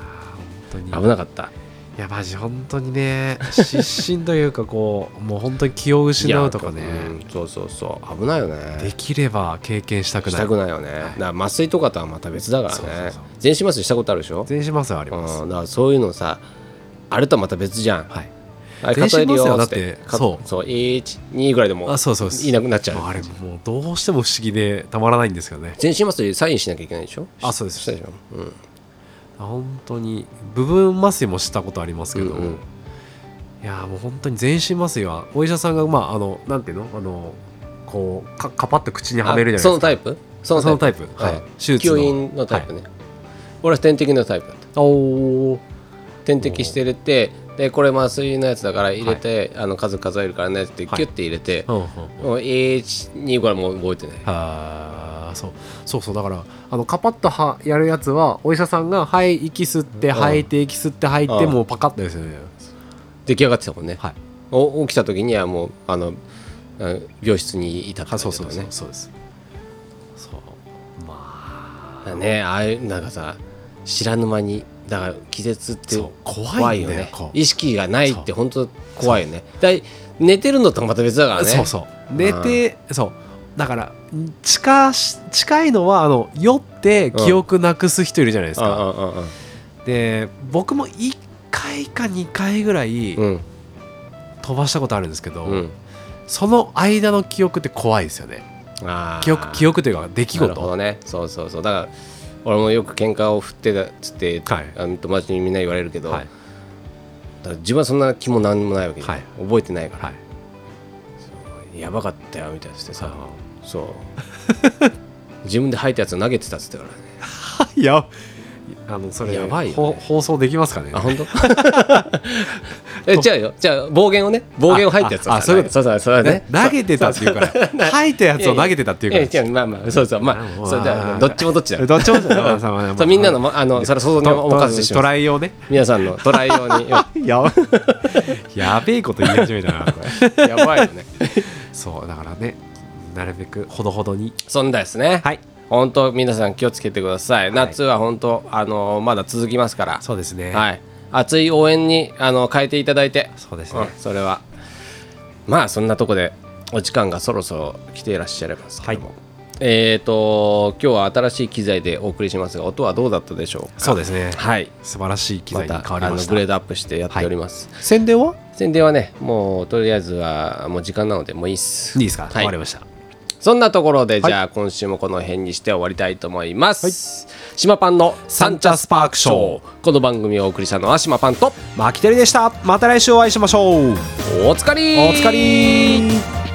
Speaker 2: 当
Speaker 1: 危
Speaker 2: に
Speaker 1: なかった
Speaker 2: いやマジ本当にね失神というかこうも う本当に気を失うとか
Speaker 1: い
Speaker 2: ね
Speaker 1: やうんそうそうそう危ないよ
Speaker 2: で
Speaker 1: ね
Speaker 2: きれば経験したく
Speaker 1: し
Speaker 2: ない
Speaker 1: たくないよね、だから麻酔とかとはまた別だからね
Speaker 2: そうそうそう
Speaker 1: 全身麻酔したことあるでしょ
Speaker 2: 全身麻酔はあります
Speaker 1: うん、だからそういうのさあれとはまた別じゃん、
Speaker 2: はい
Speaker 1: あれ
Speaker 2: 全身
Speaker 1: 数えるよ
Speaker 2: 麻酔はだ
Speaker 1: つ
Speaker 2: っ
Speaker 1: ってて
Speaker 2: そ
Speaker 1: そううそう12ぐらいでも
Speaker 2: あそうそうです
Speaker 1: いなくなっちゃう
Speaker 2: もあれもうどうしても不思議でたまらないんですけどね
Speaker 1: 全身麻酔サインしなきゃいけないでしょ
Speaker 2: あそうです
Speaker 1: したでしょ、うん、
Speaker 2: 本当に部分麻酔もしたことありますけど、
Speaker 1: うんうん
Speaker 2: いやーもう本当に全身麻酔はお医者さんがまああのなんていうのあのこうかカパッと口にはめるじゃ
Speaker 1: そ
Speaker 2: な
Speaker 1: の
Speaker 2: いですか
Speaker 1: タイプその
Speaker 2: そのタイ
Speaker 1: プ
Speaker 2: プ
Speaker 1: は
Speaker 2: はいい、手術
Speaker 1: 吸
Speaker 2: の
Speaker 1: 引のタイプね、俺は点滴のタイプだった
Speaker 2: おお
Speaker 1: 点滴して入れてでこれ麻酔のやつだから入れて、あの数数えるからねって
Speaker 2: はい
Speaker 1: キュッて入れて、
Speaker 2: うんうん
Speaker 1: もう12ぐらいもう覚えてない
Speaker 2: あーそうそうそうだからあのカパッとはやるやつはお医者さんが「はい息吸って
Speaker 1: うん
Speaker 2: 吐いて息吸って吐いて」
Speaker 1: うん
Speaker 2: もうパカッとですよね
Speaker 1: 出来上がってたもんね、
Speaker 2: はい
Speaker 1: お起きた時にはもうあのあ病室にいたって感
Speaker 2: はそう
Speaker 1: じ
Speaker 2: そ
Speaker 1: だ
Speaker 2: う
Speaker 1: った
Speaker 2: そう
Speaker 1: ね
Speaker 2: そうですそうまあ
Speaker 1: だねああいうなんかさ知らぬ間にだから気絶って
Speaker 2: そう怖
Speaker 1: 怖
Speaker 2: い
Speaker 1: い
Speaker 2: ん
Speaker 1: よ
Speaker 2: だよ
Speaker 1: ね
Speaker 2: こう
Speaker 1: 意識がないって本当怖いよねだい寝てるのとまた別だからね
Speaker 2: そうそう寝て、そうだから近し近いのはあの酔って記憶なくす人いるじゃないです
Speaker 1: うん
Speaker 2: か、
Speaker 1: うんうん
Speaker 2: で僕も1回か2回ぐらい
Speaker 1: うん
Speaker 2: 飛ばしたことあるんですけど、
Speaker 1: うんうん
Speaker 2: その間の記憶って怖いですよね
Speaker 1: あー
Speaker 2: 記憶記憶というか出来
Speaker 1: なるほ
Speaker 2: 事
Speaker 1: どねそうそうそうだから俺もよく喧嘩を振ってたっつって、
Speaker 2: はい
Speaker 1: あの友達にみんな言われるけど、
Speaker 2: はい
Speaker 1: だから自分はそんな気も何もないわけじゃん、
Speaker 2: はい
Speaker 1: 覚えてないから、
Speaker 2: はい
Speaker 1: やばかったよみたいにしてさ、
Speaker 2: あ
Speaker 1: そう 自分で吐いたやつを投げてたっつってからね
Speaker 2: ーいやあのそれ
Speaker 1: やばいよね
Speaker 2: ほ放送できますかね
Speaker 1: あ本当 え違うよじゃあ暴言をね暴言を吐いたやつを
Speaker 2: ああそういうこと
Speaker 1: そうそうそう
Speaker 2: ね
Speaker 1: ね
Speaker 2: 投げてたっていうから 吐いたやつを投げてたっていうから
Speaker 1: いや違うまあまあそうそうま
Speaker 2: なる
Speaker 1: あ
Speaker 2: ほど
Speaker 1: そう
Speaker 2: あ
Speaker 1: だ
Speaker 2: ー
Speaker 1: どっちもどっちだよ
Speaker 2: どっちもじゃないまあまあまあまあ
Speaker 1: そうみんなのまあのそれ想像にお任せし
Speaker 2: ト
Speaker 1: ます
Speaker 2: ライ をね
Speaker 1: 皆さんのトライ用 によ
Speaker 2: やば やべえこと言い始めたなこれ
Speaker 1: やばいよね
Speaker 2: そうだからねなるべくほどほどに
Speaker 1: そんなですね
Speaker 2: はい
Speaker 1: 本当皆さん気をつけてください夏は本当あのまだ続きますから
Speaker 2: そうですね、
Speaker 1: はい熱い応援にあの変えていただいて
Speaker 2: そうですね
Speaker 1: うん、それはまあそんなとこでお時間がそろそろ来ていらっしゃいますけども、
Speaker 2: はい
Speaker 1: えっ、と今日は新しい機材でお送りしますが音はどうだったでしょうか
Speaker 2: そうですね
Speaker 1: はい
Speaker 2: 素晴らしい機
Speaker 1: ま
Speaker 2: 材に
Speaker 1: た
Speaker 2: 変わ
Speaker 1: あ
Speaker 2: り
Speaker 1: の
Speaker 2: ました
Speaker 1: グレードアップしてやっております、
Speaker 2: 宣伝は
Speaker 1: 宣伝はねもうとりあえずはもう時間なのでもういいっ
Speaker 2: い
Speaker 1: す
Speaker 2: いですか、
Speaker 1: はい
Speaker 2: 終わかりました
Speaker 1: そんなところで、じゃあ今週もこの辺にして終わりたいと思います、島パンのサンチャスパークショーこの番組をお送りしたのは島パンと
Speaker 2: マキテルでしたまた来週お会いしましょう
Speaker 1: おつかり
Speaker 2: お疲れ